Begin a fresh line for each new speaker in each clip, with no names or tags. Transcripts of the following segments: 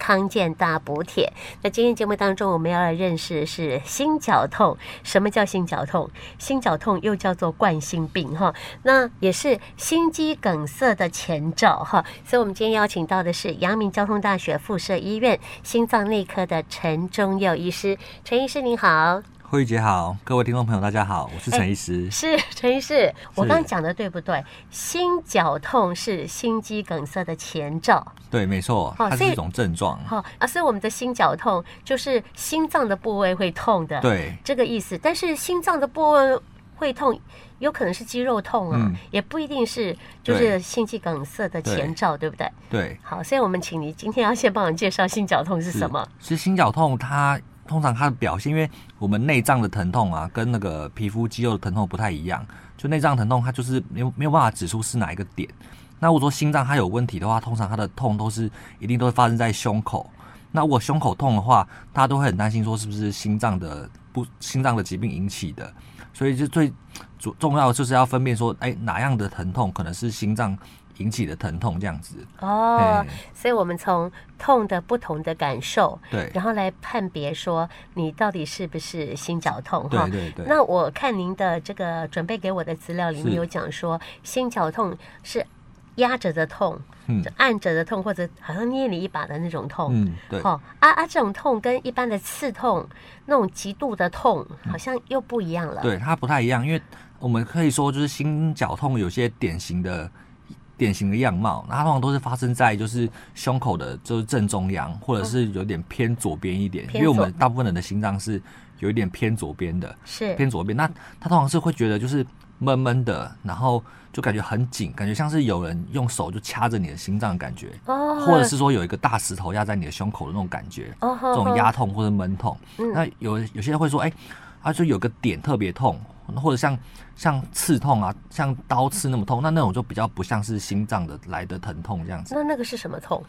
康健大补帖。那今天节目当中，我们要来认识的是心绞痛。什么叫心绞痛？心绞痛又叫做冠心病哈，那也是心肌梗塞的前兆哈。所以，我们今天邀请到的是阳明交通大学附设医院心脏内科的陈忠佑医师。陈医师您好。
慧姐好，各位听众朋友大家好，我是
哎
陈医师。
是陈医师，我刚讲的对不对？心绞痛是心肌梗塞的前兆，
对，没错，
哦
它是
所以
一种症状。
好、啊，所以我们的心绞痛就是心脏的部位会痛的，，
对，
这个意思。但是心脏的部位会痛，有可能是肌肉痛啊，
嗯
也不一定是就是
对
心肌梗塞的
对
前兆，对不对？
对，
好，所以我们请你今天要先帮我们介绍心绞痛是什么。
其实心绞痛它通常它的表现，因为我们内脏的疼痛啊，跟那个皮肤肌肉的疼痛不太一样。就内脏疼痛，它就是没有没有办法指出是哪一个点。那如果说心脏它有问题的话，通常它的痛都是一定都会发生在胸口。那如果胸口痛的话，大家都会很担心说是不是心脏的不心脏的疾病引起的。所以就最主重要的就是要分辨说，哎，哪样的疼痛可能是心脏引起的疼痛这样子。
哦
哎，
所以我们从痛的不同的感受，
对
然后来判别说你到底是不是心绞痛
对
哈。
对对。
那我看您的这个准备给我的资料里面
是
有讲说，心绞痛是压着的痛，
嗯
就按着的痛，或者好像捏你一把的那种痛。
嗯，对。
哦，啊啊，这种痛跟一般的刺痛、那种极度的痛，好像又不一样了。，
对，它不太一样，因为我们可以说就是心绞痛有些典型的典型的样貌，那它通常都是发生在就是胸口的就是正中央，或者是有点偏左边一点，
偏
因为我
左
们大部分人的心脏是有一点偏左边的，
是
偏左边，那他通常是会觉得就是闷闷的，然后就感觉很紧，感觉像是有人用手就掐着你的心脏的感觉，
哦，
或者是说有一个大石头压在你的胸口的那种感觉。
哦，
这
这
种压痛或者闷痛。
嗯
那有有些人会说，哎、啊，就有个点特别痛，或者像像刺痛啊，像刀刺那么痛，那那种就比较不像是心脏的来的疼痛这样子，
那那个是什么痛？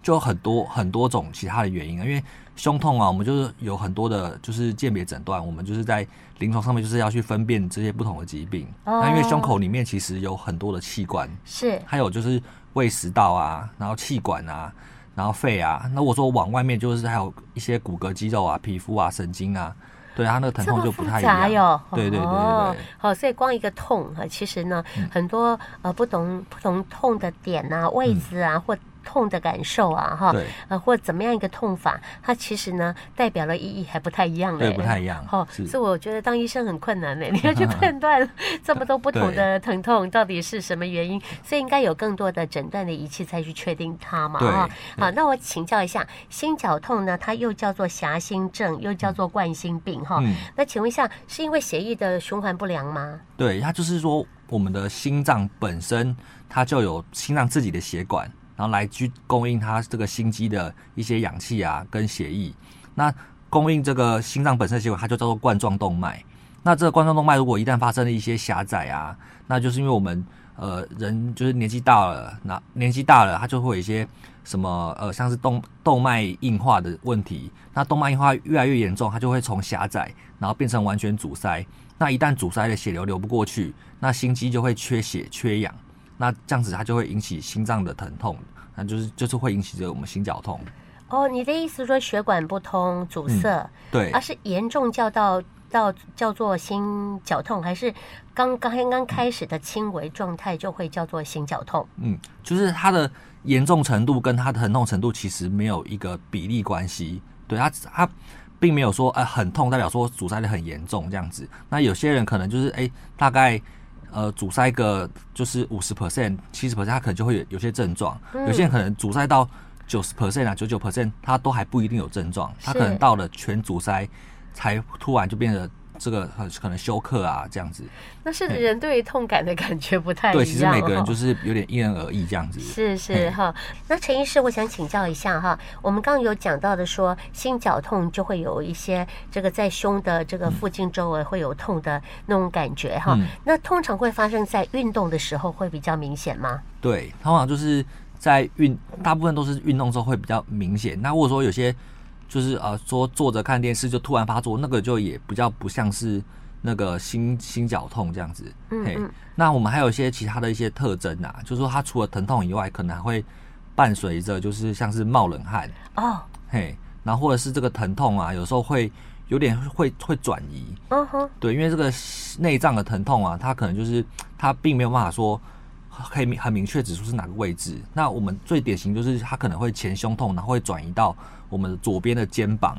就有很多很多种其他的原因啊。因为胸痛啊，我们就是有很多的，就是鉴别诊断，我们就是在临床上面就是要去分辨这些不同的疾病。
哦
那因为胸口里面其实有很多的器官，
是
还有就是胃食道啊，然后气管啊，然后肺啊。那我说往外面就是还有一些骨骼、肌肉啊、皮肤啊、神经啊，对它那个疼
这
痛
么
就
复
不太一
杂哟
样。。对对对对
哦
对，嗯
好，所以光一个痛啊，其实呢，很多呃不同不同痛的点啊、位置啊，或痛的感受啊，哈，
嗯对
呃，或怎么样一个痛法，它其实呢代表了意义还不太一样嘞
对，不太一样
哦，
是
所以我觉得当医生很困难呢， 你要去判断 这么多不同
对
的疼痛到底是什么原因，所以应该有更多的诊断的仪器才去确定它嘛
对
啊。
对
好，那我请教一下，心绞痛呢，它又叫做狭心症，又叫做冠心病哈。
嗯，
那请问一下，是因为血液的循环不良吗？
对，它就是说我们的心脏本身它就有心脏自己的血管，然后来去供应它这个心肌的一些氧气啊跟血液。那供应这个心脏本身的血管，它就叫做冠状动脉。那这个冠状动脉如果一旦发生了一些狭窄啊，那就是因为我们呃人就是年纪大了，那年纪大了，它就会有一些什么呃像是动动脉硬化的问题。那动脉硬化越来越严重，它就会从狭窄，然后变成完全阻塞。那一旦阻塞了，血流流不过去，那心肌就会缺血缺氧，那这样子它就会引起心脏的疼痛，那就是就是会引起这个我们心绞痛。
哦，你的意思说血管不通阻塞，
对，
而、是严重叫到到叫做心绞痛，还是刚刚刚刚开始的轻微状态就会叫做心绞痛？
嗯，就是它的严重程度跟它的疼痛程度其实没有一个比例关系，对它它并没有说呃很痛代表说阻塞的很严重这样子。那有些人可能就是哎、大概呃阻塞个就是五十 percent 七十 percent，他可能就会有有些症状，
嗯
有些人可能阻塞到九十 percent 啊九九 percent，他都还不一定有症状，他可
是
能到了全阻塞才突然就变得这个呃可能休克啊这样子。
那是
嘿
人对于痛感的感觉不太一样。。
对，其实每个人就是
哦
是有点因人而异这样子。
是是
嘿
哈，那陈医师，我想请教一下哈，我们刚刚有讲到的说，心绞痛就会有一些这个在胸的这个附近周围会有痛的那种感觉哈，
嗯
那通常会发生在运动的时候会比较明显吗？
对，通常就是在运，大部分都是运动之后会比较明显。那或者说有些就是呃，说坐着看电视就突然发作，那个就也比较不像是那个心心绞痛这样子。
嗯
嘿
嗯
那我们还有一些其他的一些特征啊，就是说它除了疼痛以外，可能还会伴随着就是像是冒冷汗，
哦，
嘿，然后或者是这个疼痛啊，有时候会有点会会转移，
嗯哼，
对，因为这个内脏的疼痛啊，它可能就是它并没有办法说可以明很明确指出是哪个位置。那我们最典型就是它可能会前胸痛，然后会转移到我们左边的肩膀、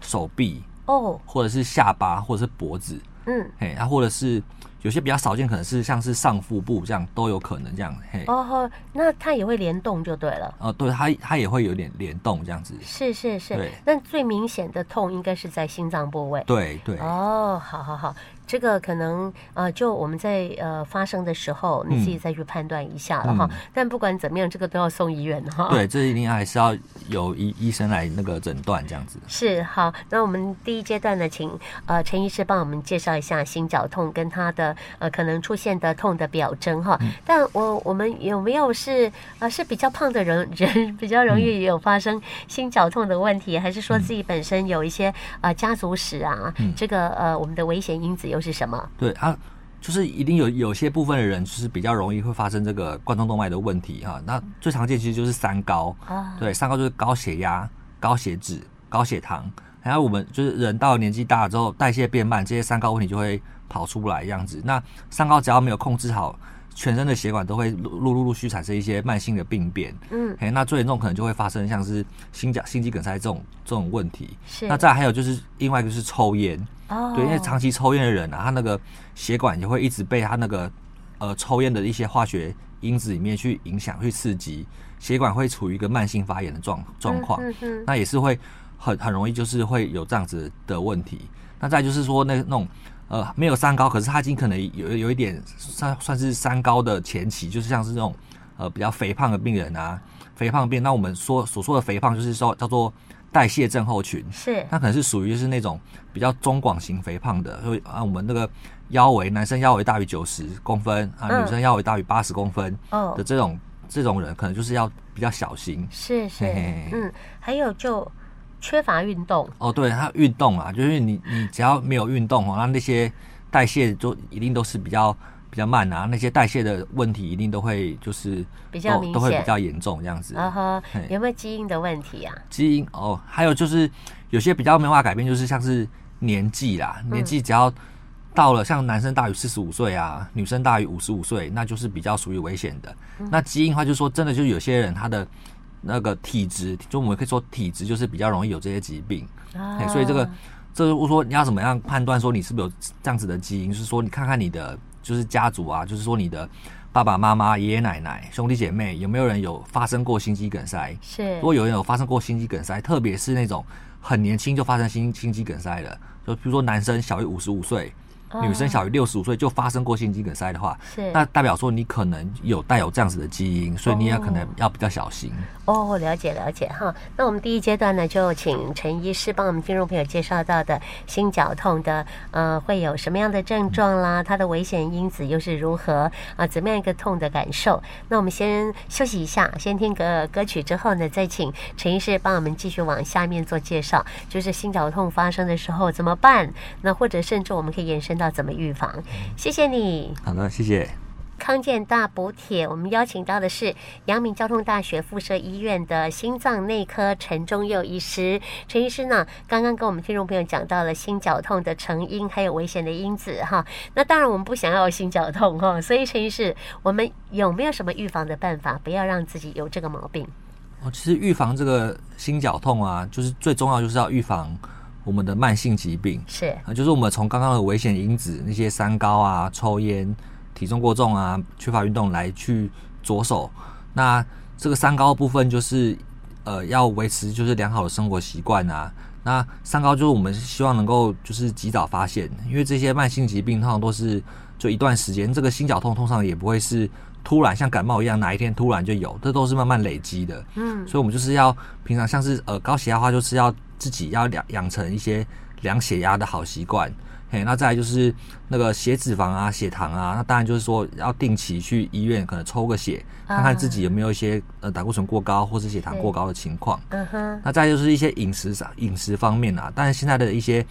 手臂，
哦，
或者是下巴，或者是脖子，
嗯，
嘿，啊，或者是有些比较少见，可能是像是上腹部这样都有可能这样，嘿，
哦吼，那它也会联动就对了。
呃，对，它它也会有点联动这样子，
是是是
对，
那最明显的痛应该是在心脏部位。
对对，
哦，好好好，这个可能呃，就我们在呃发生的时候，你自
嗯
己再去判断一下了哈。但不管怎么样，这个都要送医院哈。
对，这一定还是要有医医生来那个诊断这样子。
是好，那我们第一阶段呢，请呃陈医师帮我们介绍一下心绞痛跟它的呃可能出现的痛的表征哈。
嗯
但我我们有没有是呃是比较胖的人人比
嗯
较容易有发生心绞痛的问题，还是说自己本身有一些呃家族史啊？
嗯
这个呃我们的危险因子又是什么？
对啊，就是一定有有些部分的人就是比较容易会发生这个冠状动脉的问题哈、那最常见其实就是三高，
啊
对，三高就是高血压、高血脂、高血糖。还有我们就是人到年纪大之后，代谢变慢，这些三高问题就会跑出来这样子。那三高只要没有控制好，全身的血管都会陆陆陆陆续产生一些慢性的病变。
嗯，
哎，那最严重可能就会发生像是心绞、心肌梗塞这种这种问题。
是
那再来还有就是另外一个就是抽烟，
哦，
对，因为长期抽烟的人啊，他那个血管也会一直被他那个呃抽烟的一些化学因子里面去影响、去刺激，血管会处于一个慢性发炎的状状况，
嗯嗯
那也是会很很容易就是会有这样子的问题。那再就是说那那种呃没有三高，可是他已经可能有有一点算算是三高的前期，就是像是那种呃比较肥胖的病人啊，肥胖病，那我们说所说的肥胖就是说叫做代谢症候群。
是
它可能是属于是那种比较中广型肥胖的，所以啊，我们那个腰围，男生腰围大于九十公分啊，
嗯
女生腰围大于八十公分
哦
的这种、这种人，可能就是要比较小心。
是是
嘿嘿嘿
嗯，还有就缺乏运动
哦，对，他运动啊，就是你你只要没有运动哦，那那些代谢就一定都是比较比较慢啊，那些代谢的问题一定都会就是
比较
都
明
都会
显
比较严重这样子。
啊哈
嘿，
有没有基因的问题啊？
基因哦，还有就是有些比较没办法改变，就是像是年纪啦，年纪只要到了像男生大于四十五岁啊，女生大于五十五岁，那就是比较属于危险的。那基因的话，就是说真的，就是有些人他的那个体质，就我们可以说体质就是比较容易有这些疾病。
啊
哎，所以这个，这就是说你要怎么样判断说你是不是有这样子的基因？就是说你看看你的就是家族啊，就是说你的爸爸妈妈、爷爷奶奶、兄弟姐妹有没有人有发生过心肌梗塞？
是
如果有人有发生过心肌梗塞，特别是那种很年轻就发生心心肌梗塞的，就比如说男生小于五十五岁，
哦
女生小于六十五岁就发生过心肌梗塞的话，
是
那代表说你可能有带有这样子的基因，所以你也可能要比较小心。
哦，了解了解哈。那我们第一阶段呢，就请陈医师帮我们听众朋友介绍到的心绞痛的呃会有什么样的症状啦，它的危险因子又是如何啊、怎么样一个痛的感受？那我们先休息一下，先听个歌曲之后呢，再请陈医师帮我们继续往下面做介绍，就是心绞痛发生的时候怎么办？那或者甚至我们可以延伸到怎么预防。谢谢你。
好的，谢谢。
康健大补帖，我们邀请到的是阳明交通大学附设医院的心脏内科陈忠佑医师。陈医师呢，刚刚跟我们听众朋友讲到了心绞痛的成因，还有危险的因子哈。 那当然，我们不想要有心绞痛哈，所以陈医师，我们有没有什么预防的办法，不要让自己有这个毛病？
哦，其实预防这个心绞痛啊，就是最重要就是要预防我们的慢性疾病。
是
啊，就是我们从刚刚的危险因子，那些三高啊、抽烟、体重过重啊、缺乏运动来去着手。那这个三高部分就是，呃，要维持就是良好的生活习惯啊。那三高就是我们希望能够就是及早发现，因为这些慢性疾病通常都是就一段时间，这个心绞痛通常也不会是突然像感冒一样哪一天突然就有，这都是慢慢累积的。
嗯，
所以我们就是要平常像是呃高血压的话，就是要自己要养养成一些量血压的好习惯。嘿，那再来就是那个血脂肪啊、血糖啊，那当然就是说要定期去医院，可能抽个血，
啊
看看自己有没有一些呃胆固醇过高或是血糖过高的情况。
嗯哼，
那再来就是一些饮食上饮食方面啊，当然现在的一些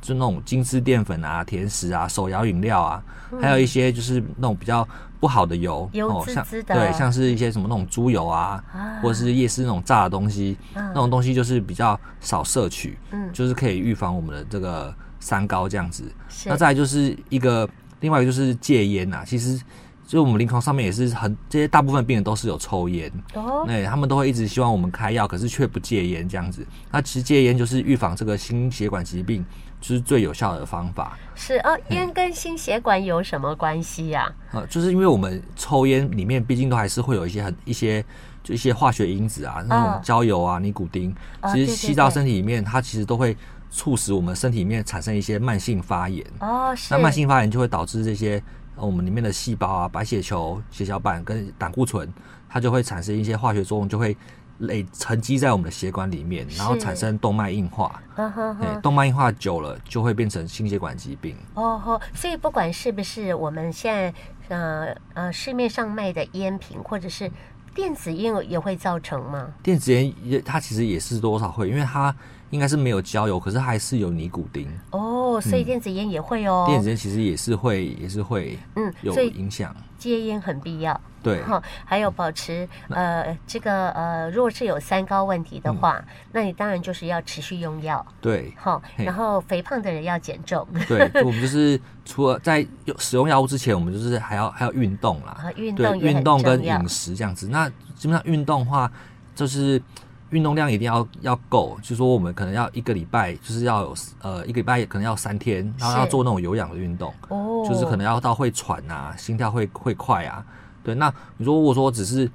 就那种精致淀粉啊、甜食啊、手摇饮料啊，还有一些就是那种比较不好的油，
嗯油
哦
滋
像
滋的
对，像是一些什么那种猪油啊，
啊
或者是夜市那种炸的东西，
嗯
那种东西就是比较少摄取，
嗯
就是可以预防我们的这个三高这样子。
是
那再来就是一个另外一个就是戒烟呐、其实就我们临床上面也是很这些大部分病人都是有抽烟，
哦，
对，他们都会一直希望我们开药，可是却不戒烟这样子。那其实戒烟就是预防这个心血管疾病，就是最有效的方法。
是哦，
嗯
烟跟心血管有什么关系呀、
呃，就是因为我们抽烟里面，毕竟都还是会有一些很一些就一些化学因子啊，那种焦油啊、尼古丁，
嗯啊
其
对对
实吸到
对
身体里面，它其实都会促使我们身体里面产生一些慢性发炎。
哦，是
那慢性发炎就会导致这些呃我们里面的细胞啊、白血球、血小板跟胆固醇，它就会产生一些化学作用，就会累沉积在我们的血管里面，然后
是嗯
产生动脉硬化。
呵呵
哎、
呵，
动脉硬化久了就会变成心血管疾病。
哦吼，所以不管是不是我们现在呃呃市面上卖的烟品，或者是电子烟也会造成吗？
电子烟也它其实也是多少会，因为它应该是没有焦油，可是还是有尼古丁。
哦，所以电子烟也会哦。
嗯电子烟其实也是会也是会
嗯，
有
所以
影响。
戒烟很必要。
对，
哈，还有保持呃这个呃，如果是有三高问题的
嗯
话，那你当然就是要持续用药
对，
哈。
嘿
然后肥胖的人要减重
对，我们就是除了在用使用药物之前，我们就是还要还要运动啦。
啊，运
对
动也
运
很
动跟
重要
饮。食这样子。那基本上运动的话，就是运动量一定要要够，就是说我们可能要一个礼拜，就是要有呃一个礼拜可能要三天，然后要
是
做那种有氧的运动，
哦，
就是可能要到会喘啊，心跳会会快啊。对，那你说如果说只是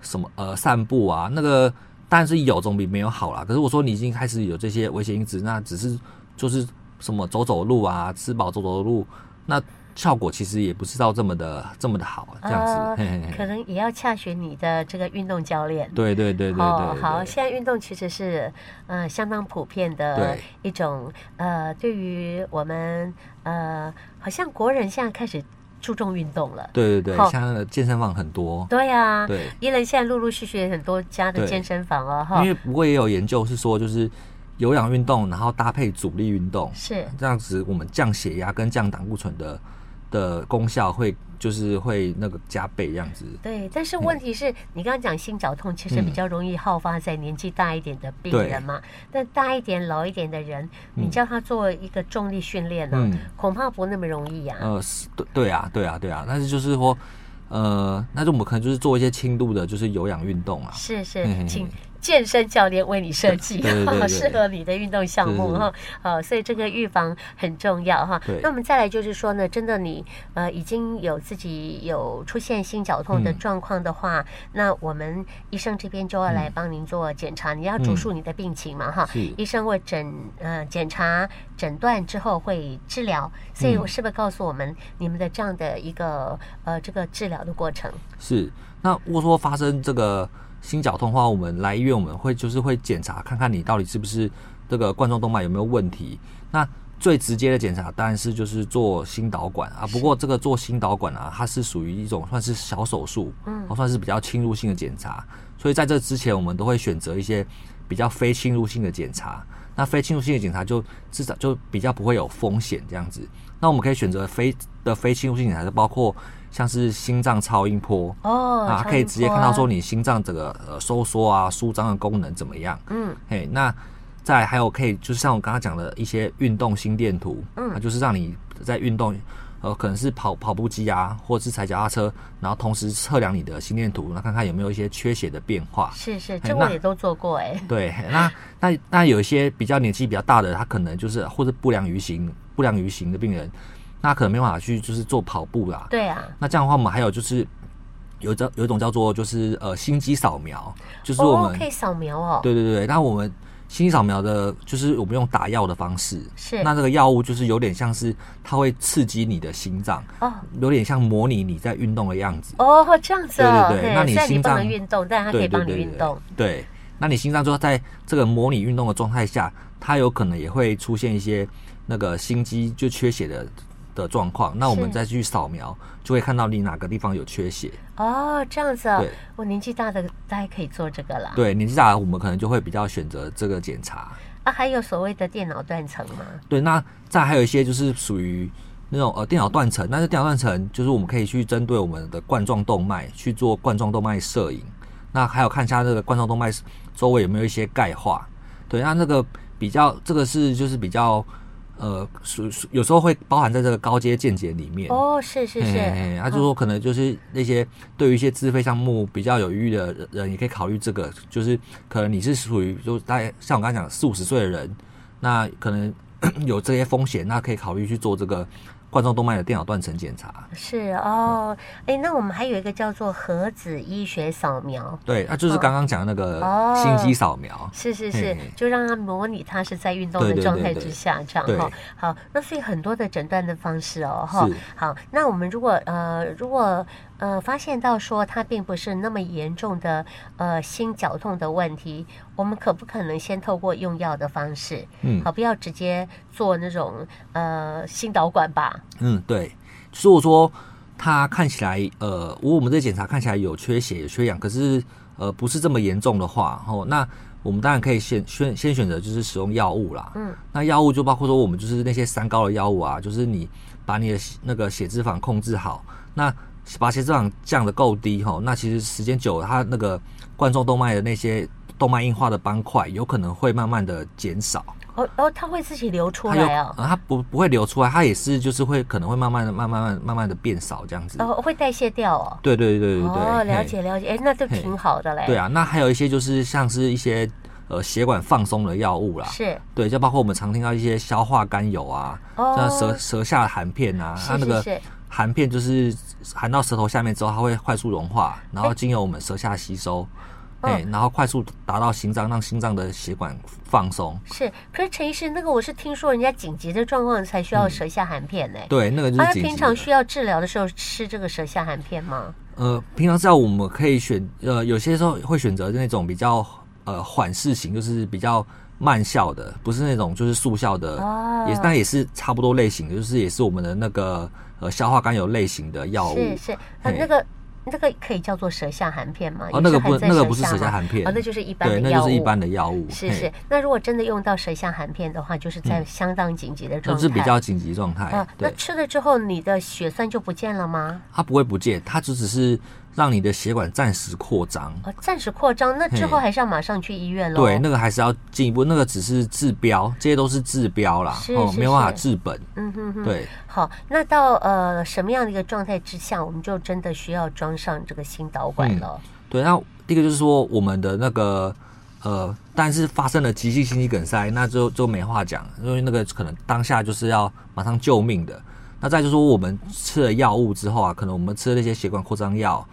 什么呃散步啊，那个当然是有总比没有好啦。可是我说你已经开始有这些危险因子，那只是就是什么走走路啊，吃饱走走路，那效果其实也不是到这么的这么的好，这样子。
啊
嘿嘿嘿
可能也要洽询你的这个运动教练。
对对对对对
哦，
对
好，现在运动其实是呃相当普遍的
对
一种呃，对于我们呃，好像国人现在开始注重运动了。
对对对，
好
像那个健身房很多，
对啊，
对，
伊人现在陆陆续续有很多家的
对
健身房哦，
因
哈，
为不过也有研究是说，就是有氧运动，然后搭配阻力运动，
是
这样子我们降血压跟降胆固醇的的功效会就是会那个加倍这样子。
对，但是问题是、你刚刚讲心绞痛，其实比
嗯
较容易好发在年纪大一点的病
对
人嘛。但大一点、老一点的人，你
嗯
叫他做一个重力训练呢、
嗯，
恐怕不那么容易呀、
呃，是对对啊，对啊，对啊，但是就是说，呃，那就我们可能就是做一些轻度的，就是有氧运动啊。
是
嘿嘿
是，
嘿
请健身教练为你设计
对对对对
适合你的运动项目
是
哈。好，所以这个预防很重要哈
对。
那我们再来就是说呢，真的你呃已经有自己有出现心绞痛的
嗯
状况的话，那我们医生这边就要来帮您做检查，你要主述你的病情嘛哈。
嗯是
医生会诊呃检查诊断之后会治疗，所以
嗯
是不是告诉我们你们的这样的一个呃这个治疗的过程？
是，那如果说发生这个心绞痛的话，我们来医院我们会就是会检查，看看你到底是不是这个冠状动脉有没有问题。那最直接的检查当然是就是做心导管啊，不过这个做心导管啊，它是属于一种算是小手术，
嗯
哦，算是比较侵入性的检查。所以在这之前，我们都会选择一些比较非侵入性的检查。那非侵入性的检查就至少就比较不会有风险这样子。那我们可以选择非的非侵入性检查，就包括像是心脏超音波，
哦，
啊，
超
可以
音
直接
波
看到
啊
说你心脏这个呃收缩啊、舒张的功能怎么样。
嗯。
嘿，那再来还有可以，就是像我刚刚讲的一些运动心电图，
嗯
啊，就是让你在运动，呃，可能是跑跑步机啊，或者是踩脚踏车，然后同时测量你的心电图，那看看有没有一些缺血的变化。
是是，
哎
这我
那
也都做过 哎、
对，那那那有一些比较年纪比较大的，他可能就是或者不良于行、不良于行的病人，那可能没办法去就是做跑步啦。
对啊，
那这样的话，我们还有就是有一种有一种叫做就是呃心肌扫描，就是我们、
哦、可以扫描哦。
对对对，那我们心肌扫描的就是我们用打药的方式，
是
那这个药物就是有点像是它会刺激你的心脏，
哦
有点像模拟你在运动的样子。
哦，这样子哦。
对对对那你
虽然你
心
不能
脏
运动，但它可以
对对
帮你
对
运动。
对对，那你心脏就在这个模拟运动的状态下，它有可能也会出现一些那个心肌就缺血的的状况，那我们
是
再去扫描，就会看到你哪个地方有缺血。
哦，这样子哦
对，
我年纪大的大概可以做这个了。
对，年纪大了，我们可能就会比较选择这个检查。
啊，还有所谓的电脑断层吗？
对，那再还有一些就是属于那种呃电脑断层，但是电脑断层就是我们可以去针对我们的冠状动脉去做冠状动脉摄影，那还有看一下这个冠状动脉周围有没有一些钙化。对，那那个比较这个是就是比较呃属属有时候会包含在这个高阶见解里面。
哦，是是
嘿嘿
是
嘿，他就说可能就是那些对于一些自费项目比较有余裕的人，也可以考虑这个，就是可能你是属于就大概像我刚才讲四五十岁的人，那可能 有这些风险，那可以考虑去做这个冠状动脉的电脑断层检查。
是哦。哎，那我们还有一个叫做核子医学扫描。
对，那、就是刚刚讲的那
哦
个心肌扫描。
是是是
嘿嘿，
就让他模拟他是在运动的
对对对
状态
对
之下，这样
对
哈。好，那所以很多的诊断的方式哦，哈
是。
好，那我们如果呃如果呃发现到说他并不是那么严重的呃心绞痛的问题，我们可不可能先透过用药的方式，
嗯
好，不要直接做那种呃心导管吧？
嗯，对，就是我说他看起来，呃，如果我们这检查看起来有缺血、有缺氧，可是呃不是这么严重的话，哦，那我们当然可以先先先选择就是使用药物啦。
嗯，
那药物就包括说我们就是那些三高的药物啊，就是你把你的血那个血脂肪控制好，那把血脂肪降得够低吼，那其实时间久了，它那个冠状动脉的那些动脉硬化的斑块有可能会慢慢的减少。
哦哦，它会自己流出
它有
来哦，
呃它不不会流出来，它也是就是会可能会慢慢的、慢慢、慢慢、慢慢的变少这样子。
哦会代谢掉哦。
对对对对对，
哦，了
嘿
解了解，哎，那就
嘿
挺好的嘞。
对，啊，那还有一些就是像是一些呃血管放松的药物啦，
是
对，就包括我们常听到一些消化甘油啊，像舌
哦，
舌下含片啊，它
是是
那个
是，
含片就是含到舌头下面之后，它会快速融化，然后经由我们舌下吸收，
哎嗯
哎，然后快速达到心脏，让心脏的血管放松。
是，可是陈医师，那个我是听说人家紧急的状况才需要舌下含片呢、
嗯对，那个就
啊，
是
那
紧
平
急
常
的
需要治疗的时候吃这个舌下含片吗？
呃，平常在我们可以选，呃，有些时候会选择那种比较呃缓释型，就是比较慢效的，不是那种就是速效的，
哦
也但也是差不多类型的，就是也是我们的那个呃消化甘油类型的药物。
是是，啊，
嘿
那个那个可以叫做舌下含片吗？
哦，
也
那个
含
不，
在
那个不是
下
舌下
吗
含片，
哦，那就是一般
对，
的
那
药物。
就是一般的药物，
是
嘿嗯
是，，那如果真的用到舌下含片的话，就是在相当紧急的
那
状态。
是比较紧急状态。
啊，那
对，
吃了之后，你的血栓就不见了吗？
它不会不见，它就只是让你的血管暂时扩张。
哦，暂时扩张，那之后
嘿
还是要马上去医院喽。
对，那个还是要进一步，那个只是治标，这些都是治标啦，
是
哦，
是
没有办法
是
治本。
嗯哼哼。
对，
好，那到呃什么样的一个状态之下，我们就真的需要装上这个心导管了？
对，那第一个就是说我们的那个呃，但是发生了急性心肌梗塞，那就就没话讲，因为那个可能当下就是要马上救命的。那再就是说我们吃了药物之后啊，可能我们吃了那些血管扩张药，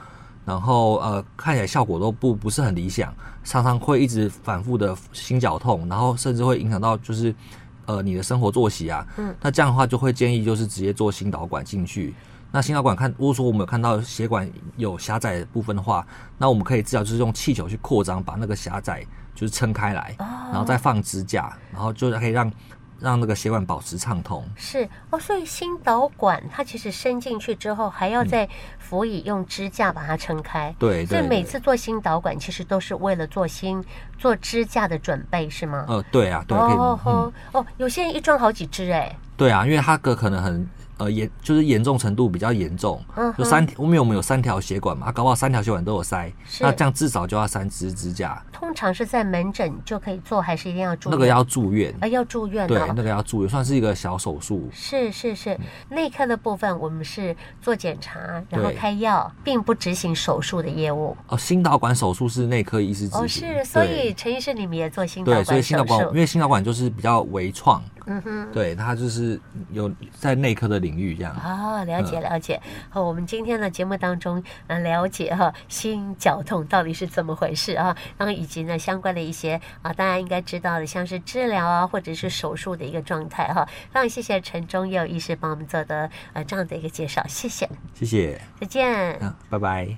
然后呃看起来效果都不不是很理想，常常会一直反复的心绞痛，然后甚至会影响到就是。呃，你的生活作息啊，
嗯，
那这样的话就会建议就是直接做心导管进去，那心导管看，如果说我们有看到血管有狭窄的部分的话，那我们可以治疗就是用气球去扩张，把那个狭窄就是撑开来，
哦
然后再放支架，然后就可以让让那个血管保持畅通。
是哦，所以心导管它其实伸进去之后，还要再辅以用支架把它撑开。
嗯对
所
对
以
对。
每次做心导管，其实都是为了做心做支架的准备，是吗？
呃，对啊，对，可以，
哦
嗯，
哦哦，有些人一装好几支哎，
对啊，因为它个可能很呃严，就是严重程度比较严重，
嗯
就
哼
三，因为我们有三条血管嘛，啊搞不好三条血管都有塞，
是
那这样至少就要三支支架，
通常是在门诊就可以做，还是一定要住院？
那个要住院，
啊要住院
对，
哦。
那个要住院，算是一个小手术，
是是是，
嗯
内科的部分我们是做检查，然后
对
开药，并不执行手术的业务。
哦，心导管手术是内科医师
哦，
执行，
是，所
对
以陈医师你们也做心导
对，所以
管
心导
手
管，因
术，
为心导管就是比较微创，
嗯哼。
对，它就是有在内科的领域这样。
哦，了
嗯
解了解。好，我们今天的节目当中，呃，了解哈、心绞痛到底是怎么回事啊，然后以及呢相关的一些啊，大家应该知道的，像是治疗啊，或者是手术的一个状态哈、非常谢谢陈忠佑医师帮我们做的呃这样的一个介绍，谢谢，
谢谢，
再见。
嗯，拜拜。